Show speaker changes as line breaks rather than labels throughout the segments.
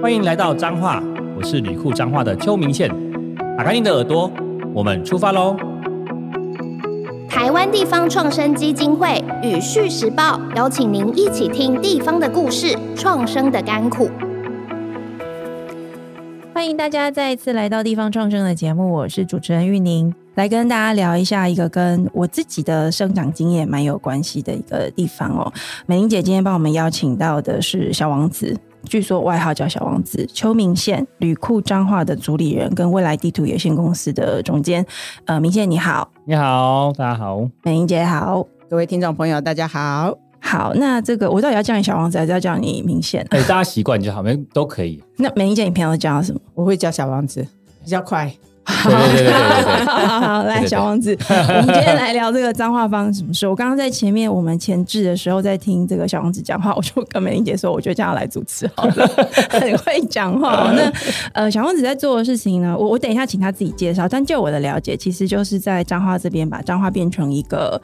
欢迎来到彰化，我是旅库彰化的邱明宪。打开你的耳朵，我们出发喽！
台湾地方创生基金会与《续时报》邀请您一起听地方的故事，创生的甘苦。
欢迎大家再一次来到《地方创生》的节目，我是主持人玉宁，来跟大家聊一下一个跟我自己的生长经验蛮有关系的一个地方哦。美玲姐今天帮我们邀请到的是小王子，据说外号叫小王子，邱明宪，旅库彰化的主理人，跟未来地图有限公司的总监。呃，明宪你好，
你好，大家好。
美玲姐好，
各位听众朋友，大家好。
好，那这个我到底要叫你小王子，还是要叫你明宪？
哎、大家习惯就好，没都可以。
那美玲姐，你平常都叫她什么？
我会叫小王子，比较快。
对对对 对对
好好好，
对
来
对对
小王子，我们今天来聊这个脏话方什么事？我刚刚在前面我们前置的时候，在听这个小王子讲话，我就跟美玲姐说，我觉得这样来主持好了，很会讲话哦。那呃，小王子在做的事情呢，我我等一下请他自己介绍，但就我的了解，其实就是在彰化这边把彰化变成一个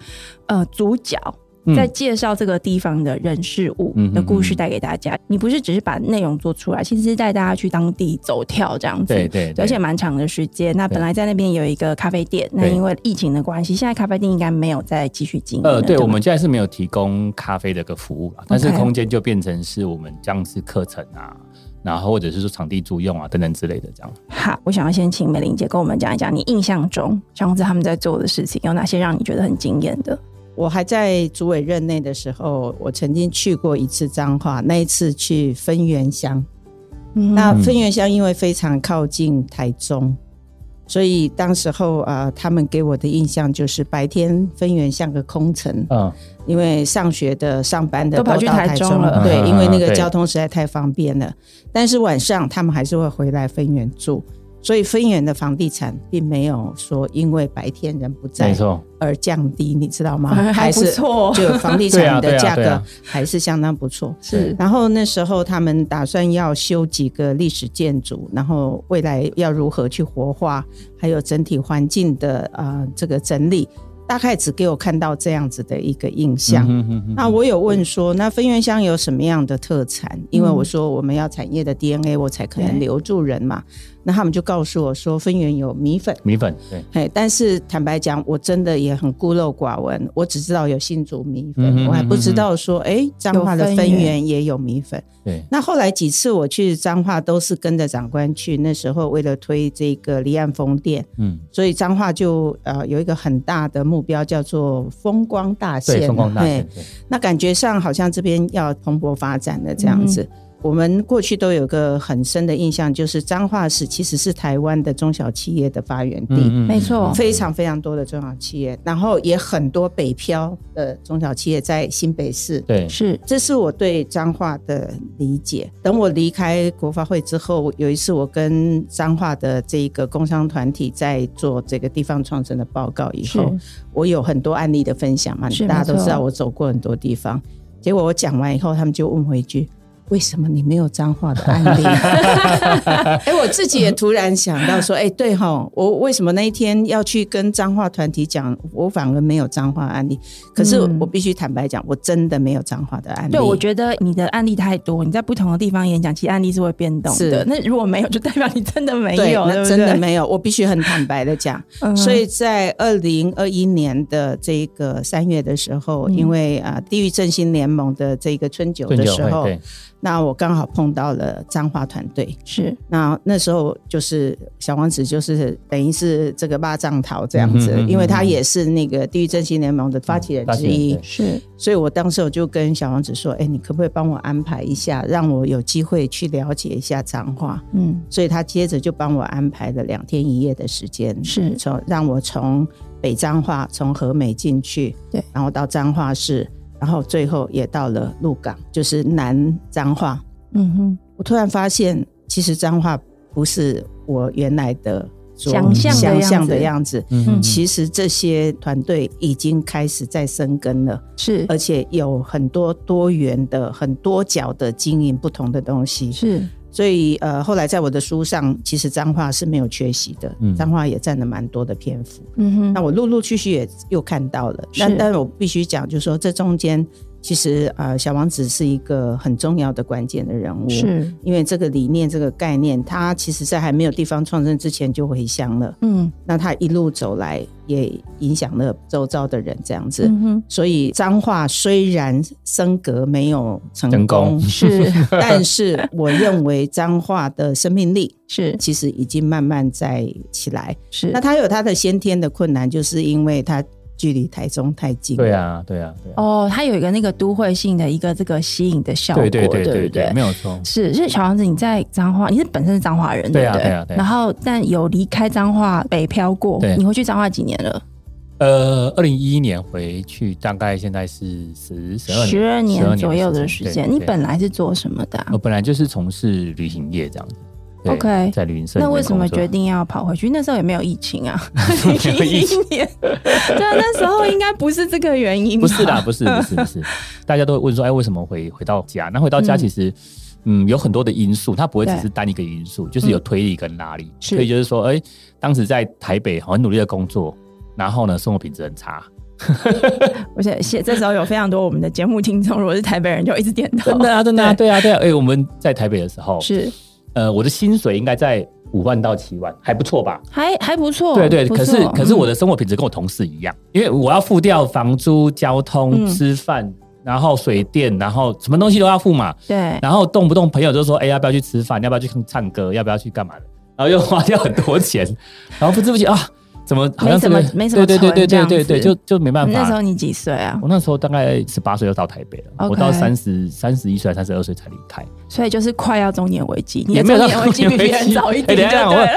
呃主角。
嗯
在介绍这个地方的人事物的故事带给大家，你不是只是把内容做出来，其实是带大家去当地走跳这样子。
对对对
而且蛮长的时间。那本来在那边有一个咖啡店，那
对
因为疫情的关系，现在咖啡店应该没有再继续经营了。
呃，对，
吧
我们现在是没有提供咖啡的一个服务了，但是
OK
空间就变成是我们像是课程啊，然后或者是说场地租用啊等等之类的这样。
好，我想要先请美玲姐跟我们讲一讲你印象中小王子他们在做的事情，有哪些让你觉得很惊艳的？
我还在主委任内的时候，我曾经去过一次彰化，那一次去分园乡。
嗯
那分园乡因为非常靠近台中，所以当时候啊、呃他们给我的印象就是白天分园像个空城，
嗯，
因为上学的、上班的
都跑去
到
台
台
中了
对
嗯，
因为那个
对
交通实在太方便了。但是晚上他们还是会回来分园住，所以分园的房地产并没有说因为白天人不在
没错，
而降低，你知道吗？
哎 还不
是
错
就房 地
对啊
产
对
的
啊
价
对
格
啊
还是相当不错。
是
然后那时候他们打算要修几个历史建筑，然后未来要如何去活化，还有整体环境的啊这个整理，大概只给我看到这样子的一个印象。
嗯哼哼
那我有问说，那分院乡有什么样的特产？因为我说我们要产业的 DNA，我才可能留住人嘛。
嗯
那他们就告诉我说，分院有米粉。
米粉对，
哎，但是坦白讲，我真的也很孤陋寡闻，我只知道有新竹米粉，
嗯哼
我还不知
嗯哼
道说，哎，彰化的
有分
分
园
园也有米粉。
对，
那后来几次我去彰化，都是跟着长官去。那时候为了推这个离岸风电，
嗯，
所以彰化就呃有一个很大的目标叫做风光大县，
对，风光大
嘿
县，对
那感觉上好像这边要蓬勃发展的这样子。我们过去都有个很深的印象，就是彰化市其实是台湾的中小企业的发源地。
嗯嗯
没错
非常非常多的中小企业，然后也很多北漂的中小企业在新北市。
对，
是
这是我对彰化的理解。等我离开国发会之后，有一次我跟彰化的这个工商团体在做这个地方创生的报告以后，我有很多案例的分享嘛
是，
大家
没
都
错
知道我走过很多地方。结果我讲完以后，他们就问回一句：“为什么你没有彰化的案 例？” 哎、我自己也突然想到说：“哎、对哈，我为什么那一天要去跟彰化团体讲，我反而没有彰化案例？可是
嗯
我必须坦白讲，我真的没有彰化的案例。
对，我觉得你的案例太多，你在不同的地方演讲，其实案例是会变动的。
是
那如果没有，就代表你真的没有，
那
对不
真的
对
没有。我必须很坦白的讲，
嗯
所以在二零二一年的这个三月的时候，
嗯
因为啊、呃地狱振兴联盟的这个春酒
顿
的
酒
时
会
候，
对，
那我刚好碰到了彰化团队。
嗯是
那那时候就是小王子，就是等于是这个巴掌桃这样
嗯
子，
哼嗯哼
因为他也是那个地狱振兴联盟的发起人
大
之
县
一，
对
是，
所以我当时我就跟小王子说：“哎、你可不可以帮我安排一下，让我有机会去了解一下彰化？”
嗯
所以他接着就帮我安排了两天一夜的时间，嗯
是
从让我从北彰化从和美进去，
对，
然后到彰化市，然后最后也到了鹿港，就是南彰化。
嗯哼。
我突然发现，其实彰化不是我原来的所
想
象的
想
样
象
子
的样子。
嗯
嗯
其实这些团队已经开始在生根了，
是
呃
而且有很多多元的、很多角的经营不同的东西。
是
所以呃，后来在我的书上，其实脏话是没有缺席的
嗯，
脏话也占了蛮多的篇幅。
嗯哼
那我陆陆续续也又看到了，那
是
但我必须讲，就是说这中间其实啊、呃小王子是一个很重要的关键的人物，
是，
因为这个理念、这个概念，他其实在还没有地方创生之前就回乡了。
嗯，
那他一路走来，也影响了周遭的人，这样子。
嗯哼，
所以彰化虽然升格没有成
成
功
功，
是
但是我认为彰化的生命力
是
其实已经慢慢在起来。
是，
那它有它的先天的困难，就是因为它距离台中太近。
对啊，对啊，对啊，
哦，它有一个那个都会性的一个这个吸引的效果，
对对对
不
对对，没有错，
是，是小王子，你在彰化，你是本身是彰化人，
对啊
不
对啊对啊
然后，但有离开彰化北漂过，
对
你回去彰化几年了？
呃，二零一一年回去，大概现在是十十二
十二年左右的时
时间。
间。你
对哦
本来是做什么的啊、
我本来就是从事旅行业这样子。对
OK
在旅行社里面
那为什么
工作
决？定要跑回去？那时候也没有疫情啊，
没有疫情
2011年， 对啊，那时候应该不是这个原因吧，啊
不是啦，不是，不是，不 是，大家都会问说，哎，为什么回回到家？那回到家
嗯
其实，嗯有很多的因素，它不会只
对嗯
是单一个因素，就是有推力跟拉力。
是
所以就是说，哎，当时在台北很努力的工作，然后呢，生活品质很差。
哦而且写这时候有非常多我们的节目听众，如果是台北人，就一直点 头
真，的啊，真的啊，
对
对啊，对啊。哎，我们在台北的时候，
是
呃，我的薪水应该在五万到七万，还不错吧？
还还不错，
对对，
哦不
可是
错
可是我
嗯
的生活品质跟我同事一样，因为我要付掉房租、交通、
嗯
吃饭，然后水电，然后什么东西都要付嘛。
对
然后动不动朋友就说：“哎、要不要去吃饭？要不要去唱歌？要不要去干嘛的？”然后又花掉很多钱，然后不知不觉啊，怎么好像这个
没什么没什么
对对对
存这
对
样
对对，
子
就就没办法。
那时候你几岁啊？
我那时候大概十八岁就到台北了
OK
我到三十三十一岁、三十二岁才离开，
所以就是快要中年危机，你的
没有到
中年危机比别人早一点
哎等
就
一下我
对
问
了。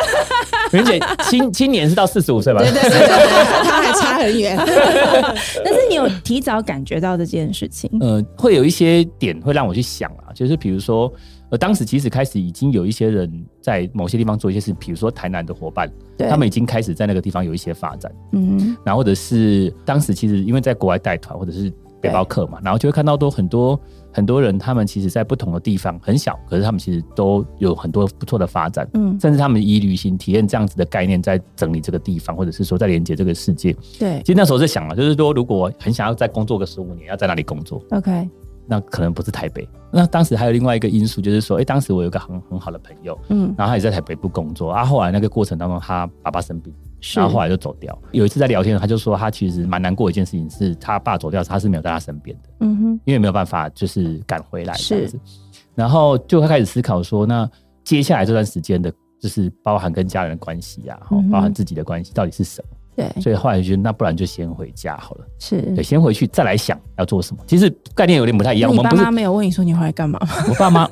云姐青青年是到四十五岁吧？
对对对对对，它还差很远。
但是你有提早感觉到这件事情，
呃，会有一些点会让我去想啊，就是比如说，呃，当时其实开始已经有一些人在某些地方做一些事，比如说台南的伙伴，
对
他们已经开始在那个地方有一些发展，
嗯
然后或者是当时其实因为在国外带团或者是背包客嘛，然后就会看到多很多很多人，他们其实在不同的地方很小，可是他们其实都有很多不错的发展。
嗯，
甚至他们以旅行体验这样子的概念，在整理这个地方，或者是说在连接这个世界。
对
其实那时候在想啊，就是说，如果很想要再工作个十五年，要在哪里工作？
，OK，
那可能不是台北。那当时还有另外一个因素，就是说，哎、当时我有一个很很好的朋友，
嗯，
然后他也在台北部工作啊。后来那个过程当中，他爸爸生病，
是
然后后来就走掉。有一次在聊天，他就说他其实蛮难过的一件事情是，他爸走掉，他是没有在他身边的，
嗯哼，
因为没有办法就是赶回来
是
这样子。然后就开始思考说，那接下来这段时间的，就是包含跟家人的关系啊，
嗯哼哎
包含自己的关系到底是什么？
对，
所以后来就觉得那不然就先回家好了。
是
对，。先回去再来想要做什么。其实概念有点不太一
嗯那
样，
你
我们
爸
不是
妈没有问你说你回来 干嘛吗？
我爸妈，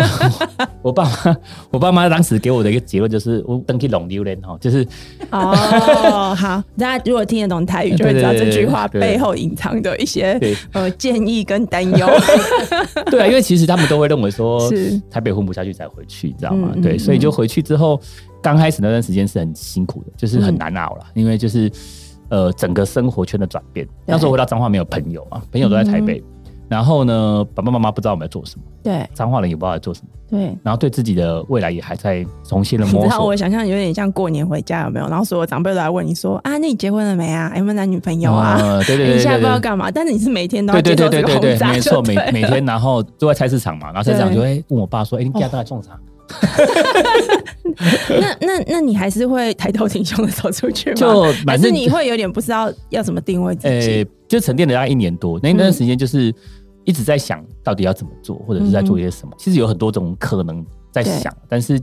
我爸妈，我爸妈当时给我的一个结论就是，我登去龙榴莲哈，就是
哦，好，大家如果听得懂台语，就会知道
对对
这
对
句话
对
背后隐藏的一些
对
呃建议跟担忧。
对啊，因为其实他们都会认为说
是
台北混不下去才回去，你知道吗？
嗯嗯
对，所以
嗯
就回去之后，刚开始那段时间是很辛苦的，就是很难熬啦，
嗯
因为就是呃整个生活圈的转变。那时候回到彰化没有朋友啊，朋友都在台北，
嗯
然后呢，爸爸妈妈不知道我们在做什么，
对
彰化人也不知道在做什么，
对，
然后对自己的未来也还在重新的
你
摸
知道
索
我。想象有点像过年回家有没有？然后所有长辈都来问你说啊，那你结婚了没啊？有没有男女朋友啊？
嗯对对对
你
对
现在不
对
知道
对。
干嘛，但是你是每天都要
对
接
对
受
对
这
对
个
对
轰
对，
炸
没
就
错，
对
每
了，
每天，然后都在菜市场嘛，然后菜市场就会问我爸说：“哎，你家都在种
哦
啥
那那那你还是会抬头挺胸的走出去吗？
就
还
反
是
正
你会有点不知道要怎么定位？”自己？嗯
呃，就沉淀了大概一年多，那段时间就是一直在想到底要怎么做，或者是在做些
嗯
什么。其实有很多种可能在想，但是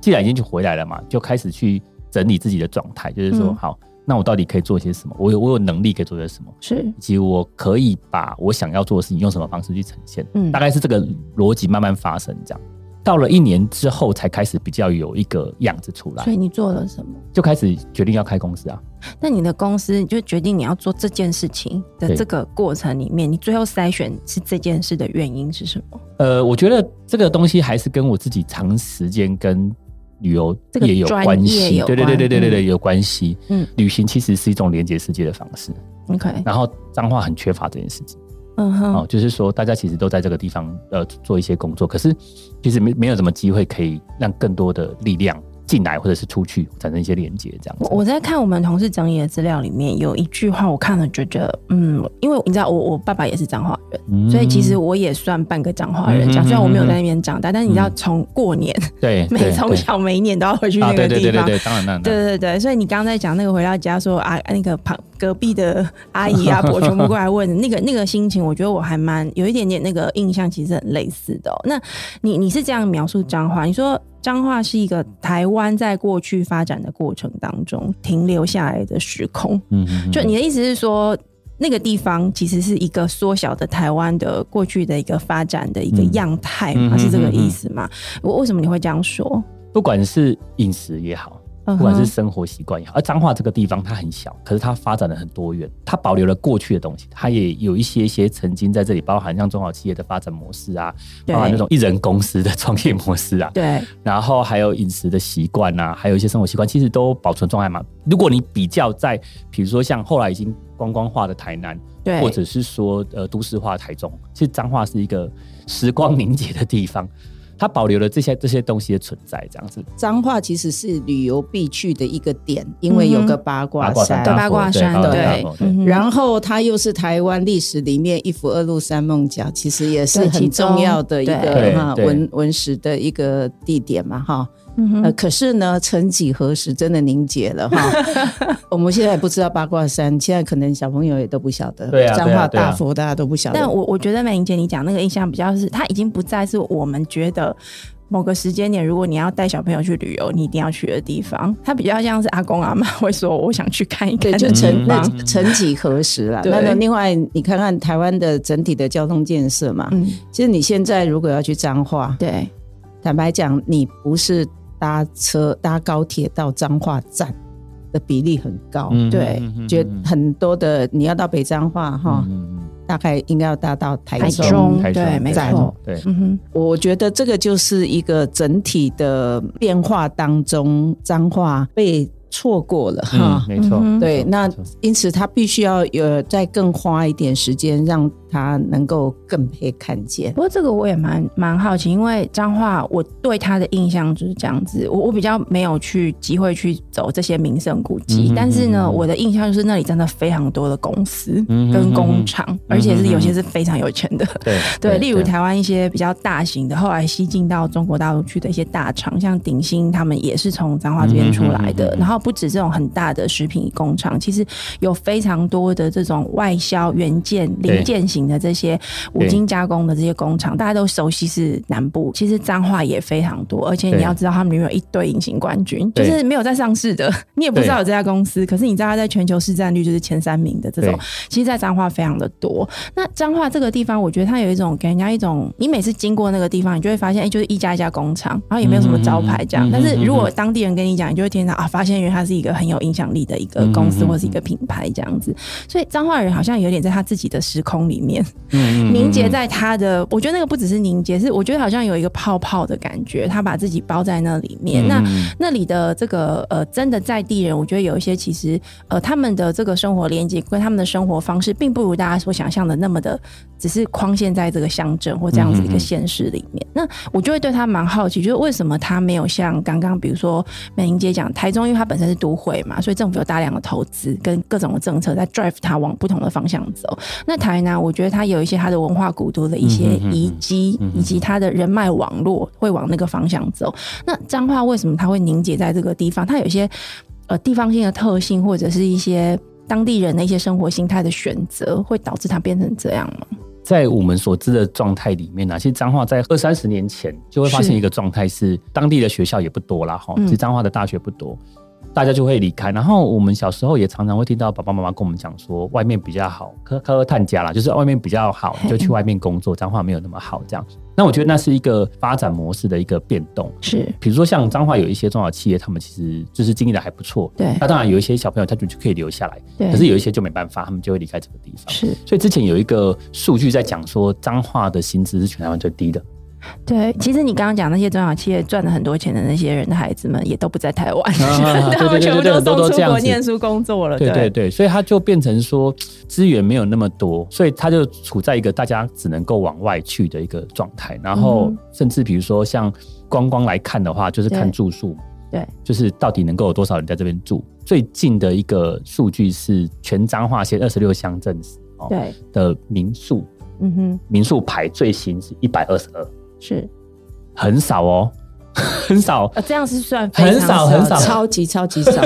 既然已经去回来了嘛，就开始去整理自己的状态，就是说，
嗯
好，那我到底可以做些什么？我有我有能力可以做些什么？
是
以及我可以把我想要做的事情用什么方式去呈现，
嗯
大概是这个逻辑慢慢发生这样。到了一年之后，才开始比较有一个样子出
所
来，
以你做了什么？
就开始决定要开公司啊。
那你的公司你就决定你要做这件事情的
对
这个过程里面，你最后筛选是这件事的原因是什么？
呃，我觉得这个东西还是跟我自己长时间跟旅游
这个
也有
专
关
业
系，
有
对对对
关
对对对对，有关系。
嗯
嗯，旅行其实是一种连接世界的方式，
？OK，
然后脏话很缺乏这件事情。
嗯哼，
哦，就是说大家其实都在这个地方呃做一些工作，可是其实没没有什么机会可以让更多的力量进来或者是出去产生一些连接，这样子。
我我在看我们同事整理的资料里面有一句话，我看了觉得，嗯，因为你知道我我爸爸也是彰化人，
嗯
所以其实我也算半个彰化
嗯
人。
嗯
讲、虽然我没有
嗯
在那边长大，但是你知道，从过年、
对，
每
对
从
对
小每一年都要回去
啊，
那
对
个
对对对
地方。
对，当然当然，
对对对，所以你刚刚在讲那个回到家说啊，那个旁隔壁的阿姨阿伯全部过来问， 那个那个心情，我觉得我还蛮有一点点那个印象，其实很类似的哦、那你你是这样描述彰化，你说彰化是一个台湾在过去发展的过程当中停留下来的时空，
嗯嗯嗯
就你的意思是说，那个地方其实是一个缩小的台湾的过去的一个发展的一个
嗯
样态
嗯
吗？
嗯
是这个
嗯
意
嗯
思吗？我为什么你会这样说？嗯
不管是饮食也好，
不
不管是生活习惯也好，而彰化这个地方它很小，可是它发展的很多元，它保留了过去的东西，它也有一些一些曾经在这里，包含像中小企业的发展模式啊，
对
包含那种一人公司的创业模式啊，
对
然后还有饮食的习惯啊，还有一些生活习惯，其实都保存状态嘛。如果你比较在，比如说像后来已经观光化的台南，
对，
或者是说呃都市化台中，其实彰化是一个时光凝结的地方， 它保留了这些这些东西的存在，这样子。
彰化其实是旅游必去的一个点，因为有个八卦山。
八
八卦
卦
山
山
对
八卦山
嗯
然后它又是台湾历史里面一府二路三梦角，其实也是
对其
很
中
重要的一个
对
哈
对
文文史的一个地点嘛哈。
嗯哼
呃，可是呢，曾几何时真的凝结了哈。 我们现在也不知道八卦山，现在可能小朋友也都不晓得，
对啊
彰
对
化
啊对啊
大佛大家都不晓得。
但我我觉得美玲姐你讲那个印象比较是，它已经不再是我们觉得某个时间点，如果你要带小朋友去旅游，你一定要去的地方。它比较像是阿公阿妈会说，我想去看一看
对，
的地
就
方，
曾
嗯
那曾几何时啦。
对
那那另外，你看看台湾的整体的交通建设嘛，
嗯，
其实你现在如果要去彰化，
对
坦白讲，你不是搭车搭高铁到彰化站的比例很高，
嗯
对
嗯嗯，嗯
觉得很多的你要到北彰化哈，
嗯嗯
大概应该要搭到台
台
中。
中
嗯台
对
中
没
台
错
中对，
嗯哼，
我觉得这个就是一个整体的变化当中，彰化被错过了哈。
嗯，没错
嗯，
对，那
没错
因此他必须要有再更花一点时间，让他能够更被看见。
啊
不过这个我也蛮蛮好奇，因为彰化我对他的印象就是这样子，我我比较没有去机会去走这些名胜古迹，
嗯哼
但是呢，
嗯哼
我的印象就是那里真的非常多的公司
嗯哼
跟
嗯
工
哼
厂，而且是有些
嗯
是非常有钱的，
对
对，例如台湾一些比较大型的，后来西进到中国大陆去的一些大厂，像鼎新，他们也是从彰化这边出来的。
嗯嗯嗯嗯
然后不止这种很大的食品工厂，其实有非常多的这种外销元件、
对
零件型的这些五金加工的这些工厂，大家都熟悉是南部，其实彰化也非常多。而且你
对
要知道，他们里面有一堆隐形冠军，就
对
是没有在上市的，你也不知道有这家公司，可是你知道它在全球市占率就是前三名的这种
对，
其实，在彰化非常的多。那彰化这个地方，我觉得它有一种给人家一种，你每次经过那个地方，你就会发现，哎、就是一家一家工厂，然后也没有什么招牌这
嗯嗯
样。
嗯
但是如果当地人跟你讲，你就会听到啊，发现原来它是一个很有影响力的一个公司
嗯嗯嗯
或是一个品牌这样子。所以彰化人好像有点在他自己的时空里面
嗯
凝
凝
结在他的，我觉得那个不只是凝结，是我觉得好像有一个泡泡的感觉，他把自己包在那里面。
嗯
那那里的这个呃，真的在地人，我觉得有一些其实呃，他们的这个生活连接跟他们的生活方式，并不如大家所想象的那么的，只是框限在这个乡镇或这样子一
嗯嗯
个
嗯
县市里面。那我就会对他蛮好奇，就是为什么他没有像刚刚比如说美玲姐讲，台中因为它本身是都会嘛，所以政府有大量的投资跟各种的政策在 drive 它往不同的方向走。那台南，我觉得它有一些它的文化古都的一些
嗯哼嗯哼
遗迹，
嗯哼
以及它的人脉网络会往那个方向走。那彰化为什么它会凝结在这个地方？它有一些呃地方性的特性，或者是一些当地人的一些生活心态的选择，会导致它变成这样吗？
在我们所知的状态里面呢、啊其实彰化在二三十年前就会发现一个状态是，当地的学校也不多啦，哈，
嗯
其实彰化的大学不多，大家就会离开。然后我们小时候也常常会听到爸爸妈妈跟我们讲说，外面比较好，科科科探家啦，就是外面比较好，
嘿
就去外面工作，彰化没有那么好这样。那我觉得那是一个发展模式的一个变动。
是
比如说像彰化有一些中小企业，他们其实就是经营的还不错。
对
那当然有一些小朋友他就就可以留下来，
对
啊可是有一些就没办法，他们就会离开这个地方。
是，
所以之前有一个数据在讲说，彰化的薪资是全台湾最低的。
对。其实你刚刚讲那些中小企业赚了很多钱的那些人的孩子们，也都不在台湾，
啊
他们
对对对对
全部
对
都
很多
送
都
出
这样
国
子
念书、工作了。
对对对，所以它就变成说资源没有那么多，所以它就处在一个大家只能够往外去的一个状态。然后
嗯
甚至比如说像观光来看的话，就是看
对
住宿嘛。
对，
就是到底能够有多少人在这边住。最近的一个数据是全彰化县二十六乡镇哦
对，
的民宿，
嗯哼，
民宿排最新是一百二十二，
是，
很少哦， 很少。
呃，这样是算非
很
常
少很少
超级超级 少，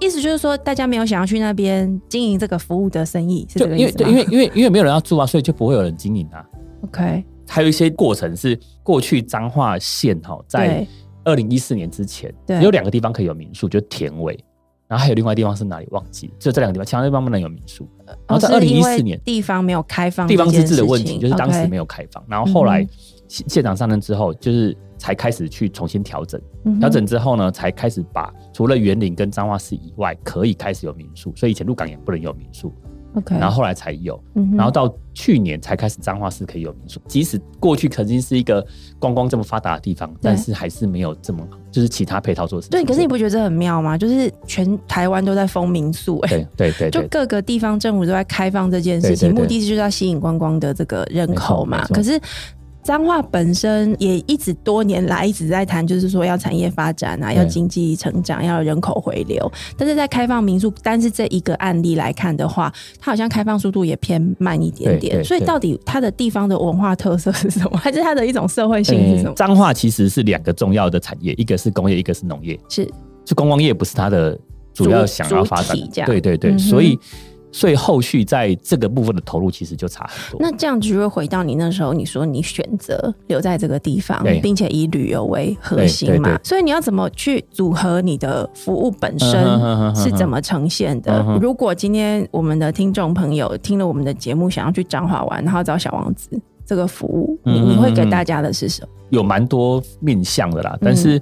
意思就是说，大家没有想要去那边经营这个服务的生意，是
就
这个
因
意
为
思
对，
吗？
因为因为因为没有人要住啊，所以就不会有人经营啊。
OK，
还有一些过程是过去彰化县哈，在
对
二零一四年之前，
对
只有两个地方可以有民宿，就是田尾，然后还有另外地方是哪里忘记，只有这两个地方，其他地方不能有民宿。然后在
哦
二
是
零一
因为
四年，
地方没有开放
地方
这
自
件
治的问
事
题，
情
就是当时
OK
没有开放。然后后
嗯
来县县长上任之后，就是才开始去重新调整。
嗯
调
哼
整之后呢，才开始把除了园林跟彰化市以外，可以开始有民宿，所以以前鹿港也不能有民宿，
OK，
然后后来才有，
嗯哼
然后到去年才开始彰化市可以有民宿。即使过去曾经是一个观光这么发达的地方，但是还是没有这么好，就是其他配套措施。
对，可是你不觉得这很妙吗？就是全台湾都在封民宿、哎，
对对对
就
对，
各个地方政府都在开放这件事情，
对对对
目的就是要吸引观光的这个人口嘛
没。错没错
可是彰化本身也一直多年来一直在谈，就是说要产业发展啊，
对
要经济成长，要人口回流。但是在开放民宿，单是这一个案例来看的话，它好像开放速度也偏慢一点
对
点。
对
所以
对
到底它的地方的文化特色是什么，还是它的一种社会性是什么
嗯？彰化其实是两个重要的产业，一个是工业，一个是农业。
是
就观光业不是它的主要想要发
主
展
主体这，样
对对对，
嗯哼
所以所以后续在这个部分的投入其实就差很多。
那这样就会回到你那时候，你选择留留在这个地方
对，
并且以旅游为核心
对对
嘛
对。
所以你要怎么去组合你的服务本
嗯哼嗯哼嗯哼
身是怎么呈现的
嗯哼？
如果今天我们的听众朋友听了我们的节目，想要去彰化玩，然后找小王子这个服务，你
嗯哼
你会给
嗯哼
大家的是什么？
有蛮多面向的啦，但是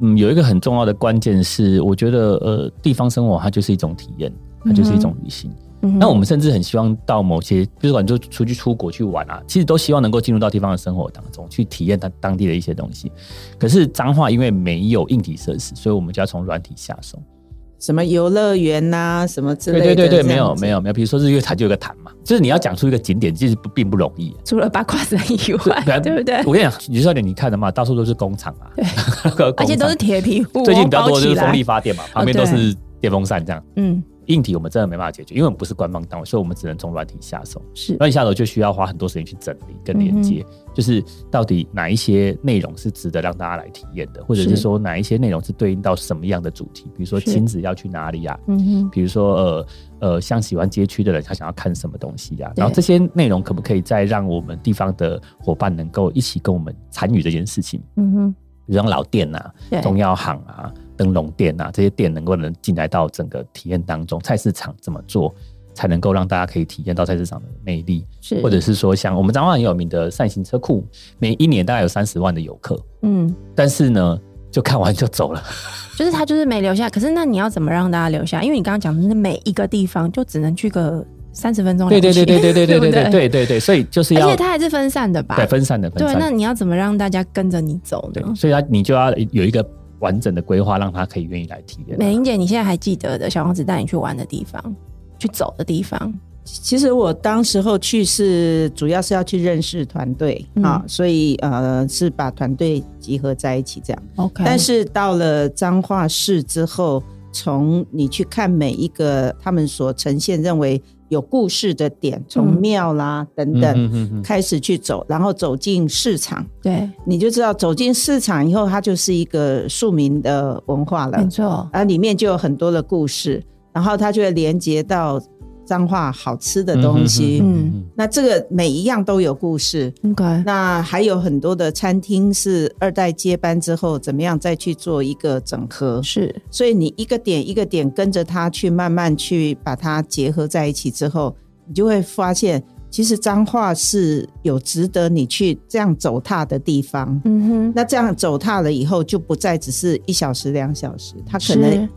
嗯有一个很重要的关键是，我觉得呃，地方生活它就是一种体验，它就是一种旅行。
嗯哼
那我们甚至很希望到某些，比如说你就出去出国去玩啊，其实都希望能够进入到地方的生活当中，去体验它当地的一些东西。可是彰化因为没有硬体设施，所以我们就要从软体下手。
什么游乐园呐，什么之类的，
对对对对，
这样子
没有没，有没有，比如说日月潭就有个潭嘛，就是你要讲出一个景点，其实不并不容易。
除了八卦山以 外， 对不对？
我跟你讲，你说你看的嘛，到处都是 工厂啊，对
而且都是铁皮屋，
最近比较多
包
的
起
就是
来哦
风力，发电嘛，旁边都是电风扇这样。
嗯，
硬体我们真的没办法解决，因为我们不是官方单位，所以我们只能从软体下手。
是
软体下手就需要花很多时间去整理跟连接，
嗯
就是到底哪一些内容是值得让大家来体验的，或者是
是
说哪一些内容是对应到什么样的主题，比如说
是
亲子要去哪里呀、
嗯哼，
比如说呃呃，像喜欢街区的人，他想要看什么东西呀、
对
然后这些内容可不可以再让我们地方的伙伴能够一起跟我们参与这件事情？
嗯哼，
比如像老店啊、
对
中药行啊、灯笼店啊这些店能够能进来到整个体验当中，菜市场怎么做才能够让大家可以体验到菜市场的魅力，
是
或者是说像我们彰化很有名的扇形车库，每一年大概有三十万的游客，
嗯。
但是呢，就看完就走了。
就是他就是没留下。可是那你要怎么让大家留下？因为你刚刚讲的那每一个地方就只能去个三十分钟
对
两
对
期，
对对对对对
哦
对
对不
对对对对，所以就是
而
要
且它还是分散的吧
对？分散的分
对，
散
那
的，
你要嗯怎么让大家跟着你走呢
对，？所以他你就要有一个完整的规划，让他可以愿意来体验啊。
美玲姐，你现在还记得的小王子带你去玩的地方，去走的地方，
其实我当时候去是主要是要去认识团队
嗯
啊，所以呃是把团队集合在一起这样。
OK，
但是到了彰化市之后，从你去看每一个他们所呈现认为有故事的点，从
嗯
庙啦等
嗯
等、
嗯嗯嗯
开始去走，然后走进市场，
对，
你就知道走进市场以后，它就是一个庶民的文化了
没。错，
啊，里面就有很多的故事，然后它就会连接到彰化好吃的东西。
嗯
那这个每一样都有故事，
，OK，
那还有很多的餐厅是二代接班之后怎么样再去做一个整合，
是
所以你一个点一个点跟着它去慢慢去把它结合在一起之后，你就会发现，其实彰化是有值得你去这样走踏的地方。
嗯哼，
那这样走踏了以后，就不再只是一小时、两小时，它可
是
能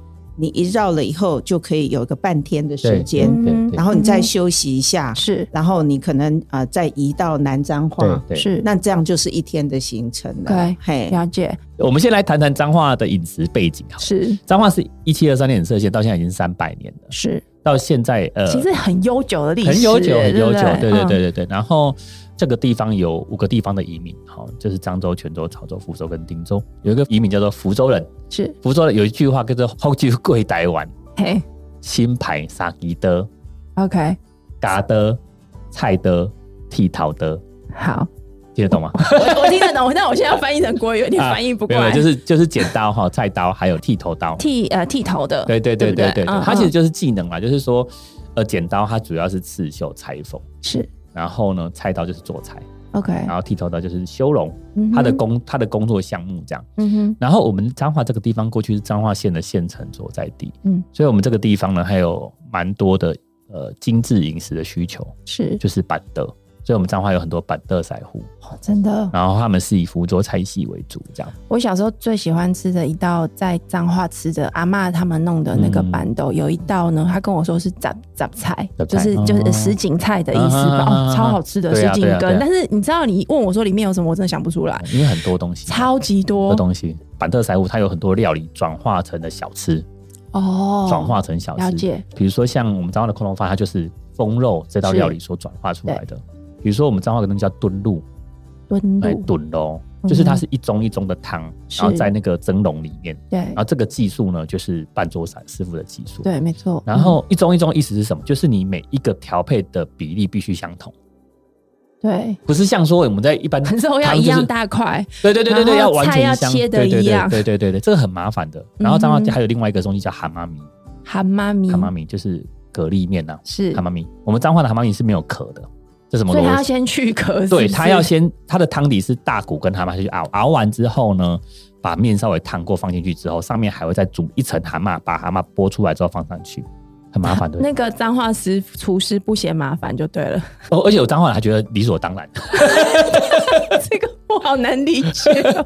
你一绕了以后，就可以有个半天的时
对对
间，
对
嗯
对
然后你再
嗯
休息一下，
是
然后你可能啊、呃再移到南彰化，
对对
是，
那这样就是一天的行程了。
对
嘿，
了解
我们先来谈谈彰化的饮食背景好了。
是
彰化是一七二三年设县，到现在已经三百年了。
是，
到现在呃，
其实很悠久的历史，
很悠久，很
对
悠
不
久，对对对对对。然后这个地方有五个地方的移民，好，就是漳州、泉州、潮州、福州跟定州，有一个移民叫做福州人，
嗯是，
福州人有一句话叫做“后就贵台湾，
嘿
新牌沙鸡的
，OK，
嘎的菜的剃头的
好，”，
听得懂吗？
我我听得懂，但我现在要翻译成国语有点翻译不过
啊没有，
来，
就是就是剪刀哈、菜刀还有剃头刀，
剃呃剃头的，
对对对
对不对
对对，
嗯
它
嗯
其实就是技能啦，就是说，呃，剪刀它主要是刺绣、裁缝，
是
然后呢，菜刀就是做菜，
OK，
然后剃头刀就是修容，
嗯哼
它的，工它的工作项目这样。
嗯哼，
然后我们彰化这个地方过去是彰化县的县城所在地，
嗯
嗯，所以我们这个地方呢还有蛮多的呃精致饮食的需求，
是
就是板凳，所以我们彰化有很多板凳仔户，
哦真的。
然后他们是以福州菜系为主这样。
我小时候最喜欢吃的一道在彰化吃的阿嬷他们弄的那个板豆，有一道呢，她跟我说是杂杂菜，
嗯杂菜
就是
哦
就是什锦菜的意思吧，
啊
哦，超好吃的
对
什
啊
锦
对啊对啊。
羹但是你知道，你问我说里面有什么，我真的想不出来，
因为很多东西，
超级多
的东西，板特财务它有很多料理转化成的小吃，
哦，
转化成小吃。
了解，
比如说像我们彰化的空笼饭，它就是风肉这道
是
料理所转化出来的。比如说我们彰化可能叫炖鹿，
炖
来
肚，
哎炖咯，
嗯
就是它是一盅一盅的汤，
是
然后在那个蒸笼里面。
对
然后这个技术呢，就是半桌散师傅的技术。。
对，没错。
然后一盅一盅意思是什么？就是你每一个调配的比例必须相同，
嗯对，
不是像说我们在一般
很重要，
汤
一
就是
样大块，
对对对对对，
然
要
后
完
菜
全
要
相
切得
对对
一样
对对对对对，这个很麻烦的。然后彰化
嗯哼
还有另外一个东西叫蛤妈米，
蛤妈咪，
蛤妈米就是蛤蜊面呐、啊
是
蛤，妈米。我们彰化的蛤妈米是没有壳的，这什么
所以它
逻
要
辑？
先去壳，是不
对，
是
它要先它的汤底是大骨跟蛤蟆下去熬，熬完之后呢，把面稍微烫过放进去之后，上面还会再煮一层蛤蟆，把蛤蟆剥出来之后放上去，很麻烦的。
那个彰化师厨师不嫌麻烦就对 了，
哦，而且有彰化人还觉得理所当然。
这个我好难理解 哦。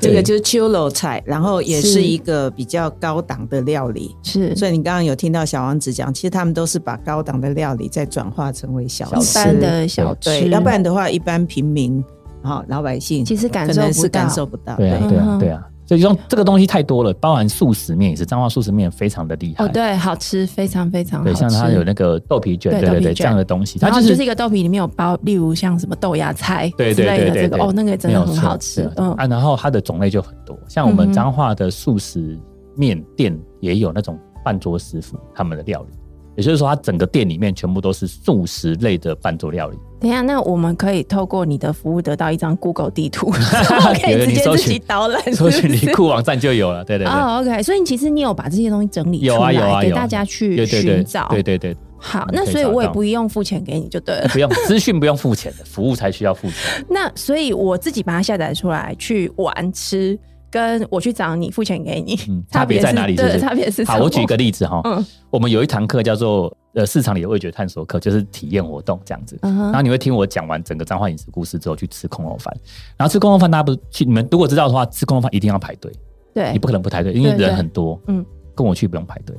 这个就是秋楼菜，然后也
是
是一个比较高档的料理。
是
所以你刚刚有听到小王子讲，其实他们都是把高档的料理再转化成为小
小
一
吃，
般的小吃，
对，要不然的话，一般平民啊、老百姓
其实感
可
受
能
不
是感
到
受不到。
对啊，对
嗯
啊
哼，
对啊。所以用这个东西太多了，包含素食面也是，彰化素食面非常的厉害。
哦，对，好吃，非常非常好
对，
吃。
像它有那个豆皮卷，
对
对
豆
对
皮
对，这
卷
样的东西，它
然后
就
就是是一个豆皮里面有包，例如像什么豆芽菜
对
之
对
类
对
的这
对
个
对，
哦，那个真
没
的
有
很
错
好
对
吃
啊，
嗯，
啊，然后它的种类就很多，像我
嗯
们
哼
彰化的素食面店也有那种半桌师傅他们的料理，也就是说，它整个店里面全部都是素食类的半桌 料理。
等一下，那我们可以透过你的服务得到一张 Google 地 图，然后可以
有的
直
你
接
搜
自
寻
己导览，是
搜
不
寻
是
你酷网站就有了，对对对，
哦，OK，所以其实你有把这些东西整理出
有啊
来，
有啊
给
有啊
大家去
对对对
寻找。
对对对，
好，
你嗯
那
可以
所以
找
我也
到
不用付钱给你就对 了。
不用资讯不用付钱的，服务才需要 付钱。
那所以我自己把它下载出来去玩吃，跟我去找你付钱给你，
嗯
差
差别
别
在
是
哪里是不
对，
是
差别是什
好，
么？
我举一个例子哈，
嗯
我们有一堂课叫做呃市场里的味觉探索课，就是体验活动这样子。
嗯哼
然后你会听我讲完整个彰化饮食故事之后去吃空肉饭，然后吃空肉饭大家不是去你们如果知道的话，吃空肉饭一定要排队，你
对
不可能不排队，因为
对对
人很多。
嗯
嗯，跟我去不用排队，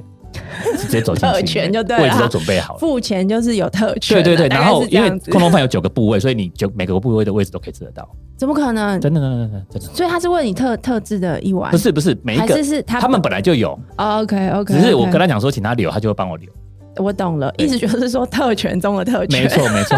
直接走进 去，
特权就对了
位置都准备好了。
付钱就是有特权啊，
对对对，
大概
然后
是这
因为
样子
空笼饭有九个部位，所以你就每个部位的位置都可以吃得到。
怎么可能？
真的，真的，真的，真的，
所以他是为你特特制的一碗，
不是不是，每一
还
个
是是他
他们本来就有，
OK OK，
只是我跟他讲说，请他留，他就会帮我 留。
我懂了，意思就是说特权中的特权，
没 错，没错，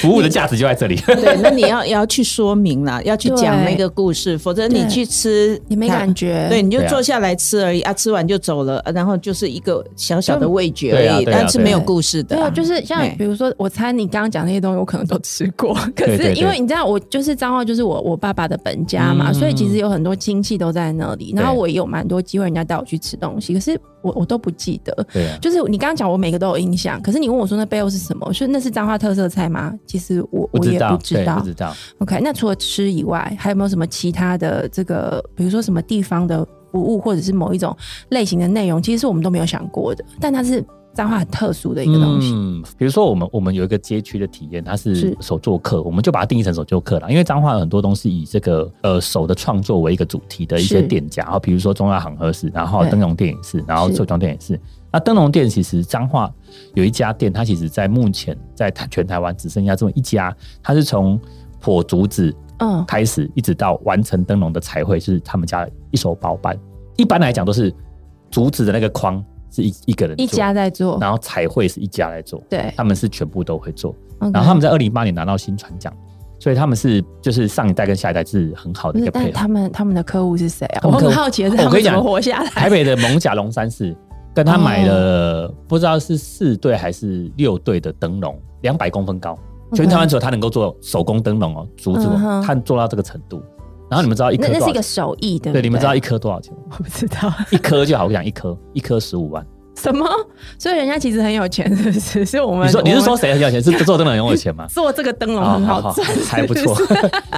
服务的价值就在这里。
对，那你要也要去说 明啦，要去讲那个故事，否则你
对
去吃
你没
它
感觉
对，你就
对啊
坐下来吃而已啊，吃完就走了，啊然后就是一个小小的味觉而
对啊
已，
对啊
但是
对啊
没有故事的
对
啊。
啊，就是像
对
比如说，我猜你刚刚讲那些东西，我可能都吃过。 可
对
是
对
因为你知道，我就是彰化，就是我我爸爸的本家嘛，
嗯
所以其实有很多亲戚都在那里。然后我也有蛮多机会，人家带我去吃东西，可是我我都不记得。
对 啊，
就是你刚刚讲，我每个都有印象。可是你问我说那背后是什么？是那是彰化特色菜吗？其实我
不
我
知
也
道，
不知
对，
道
不。知道。
OK，那除了吃以外，还有没有什么其他的这个，比如说什么地方的服务，或者是某一种类型的内容，其实是我们都没有想过的，但它是彰化很特殊的一个东西。
嗯，比如说我们我们有一个街区的体验，它
是
是手作课，我们就把它定义成手作课啦。因为彰化有很多东西以这个呃手的创作为一个主题的一些
是
店家，然后比如说中亚航和室，然后
对
灯笼店也是，然后
是
寿庄店也是。那灯笼店其实彰化有一家店，它其实在目前在台全台湾只剩下这么一家，它是从破竹子
嗯，
开始一直到完成灯笼的彩绘，是他们家一手包办。一般来讲都是竹子的那个框是一一个人做
一家在做，
然后彩绘是一家来做，
对
他们是全部都会做。然后他们在二零一八年拿到新传奖，所以他们是就是上一代跟下一代是很好的一个
那嗯但
配合。
他们他们的客户是谁啊？
他
我
们客户
很好奇的是
我
他哦
跟
们
你
怎
讲
么活下来。
台北的蒙甲龙山寺跟他买了不知道是四对还是六对的灯笼，两百公分高，全台湾只有他能够做手工灯笼哦，竹子
嗯哼
哦，他做到这个程度。然后你们知道一颗
那那
多
是
少
一
钱？
个手艺，对不对？
对，你们知道一颗多少钱吗？
我不知道
一颗就好，我跟你讲，一颗一颗十五万。
什么，所以人家其实很有钱，是 不是？是 我们
你说你是
我
说
们
谁很有钱？是做灯笼很有钱吗？
做这个灯笼
啊，
哦很好赚，
还不
是
错
是。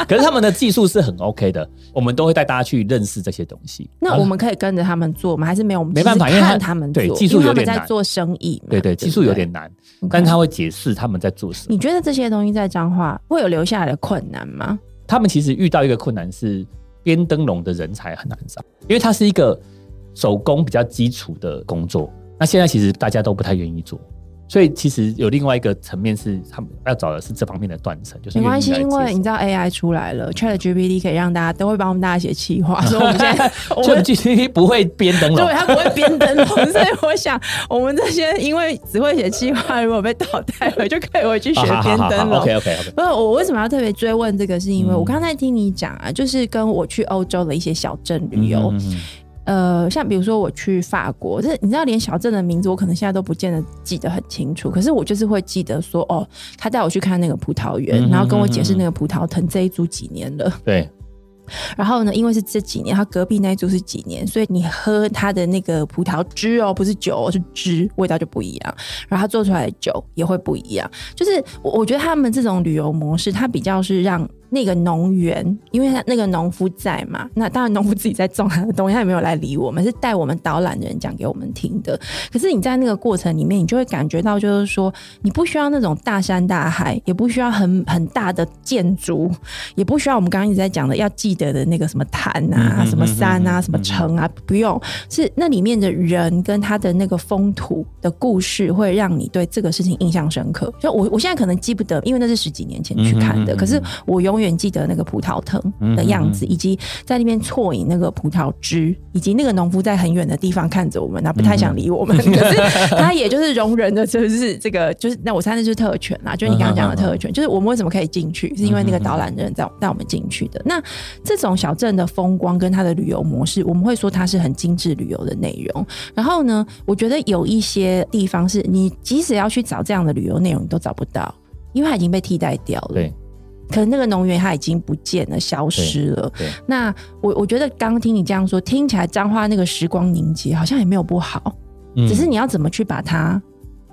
可是他们的技术是很 OK 的，我们都会带大家去认识这些东西。
那我们可以跟着他们做吗？还是没有？我们
没办法
只是
因为他
看他们做，
对技术有点
因为他们在
难
做生意嘛，
对对，技术有点难，
不对，
但是
OK
他会解释他们在做什么。
你觉得这些东西在彰化会有留下来的困难吗？
他们其实遇到一个困难是编灯笼的人才很难找，因为它是一个手工比较基础的工作。那现在其实大家都不太愿意做，所以其实有另外一个层面是他们要找的是这方面的断层，就是
没关系，
愿意
因
来
为
接
你
手
知道 AI 出来了，Chat GPT 可以让大家都会帮我们大家写 企划，所以我们现在我
就
们
GPT 不会编灯笼
对，他不会编灯笼， 所以我想我们这些因为只会写企划，如果被淘汰了，就可以回去
啊
学编灯笼。
OK OK OK，
不是我为什么要特别追问这个？是因为
嗯
我刚才听你讲啊，就是跟我去欧洲的一些小镇旅
嗯
游，呃，像比如说我去法国，这你知道，连小镇的名字我可能现在都不见得记得很清楚，可是我就是会记得说，哦，他带我去看那个葡萄园，
嗯哼
然后跟我解释
嗯哼
那个葡萄藤这一株几年了，
对，
然后呢，因为是这几年，它隔壁那一株是几年，所以你喝它的那个葡萄汁哦，不是酒哦，是汁，味道就不一样。然后它做出来的酒也会不一样。就是我我觉得他们这种旅游模式，它比较是让那个农园，因为他那个农夫在嘛，那当然农夫自己在种他的东西，他也没有来理我们，是带我们导览的人讲给我们听的。可是你在那个过程里面，你就会感觉到，就是说你不需要那种大山大海，也不需要很很大的建筑，也不需要我们刚刚一直在讲的要记得的那个什么潭啊、
嗯
什么山啊、
嗯
什么城啊，不用，是那里面的人跟他的那个风土的故事，会让你对这个事情印象深刻。就我我现在可能记不得，因为那是十几年前去看
嗯
的，
嗯嗯嗯
可是我永远记得那个葡萄藤的样子，以及在那边啜饮那个葡萄汁，以及那个农夫在很远的地方看着我们，他不太想理我们，可是他也就是容忍的，就是这个，就是那我猜那就是特权啦，就是你刚刚讲的特权，就是我们为什么可以进去，是因为
嗯
那个导览人带带我们进去的。那这种小镇的风光跟它的旅游模式，我们会说它是很精致旅游的内容。然后呢，我觉得有一些地方是你即使要去找这样的旅游内容，你都找不到。因为它已经被替代掉了，
对，
可能那个农园它已经不见了，消失了
对对。
那我我觉得刚听你这样说，听起来彰化那个时光凝结好像也没有不好，
嗯
只是你要怎么去把它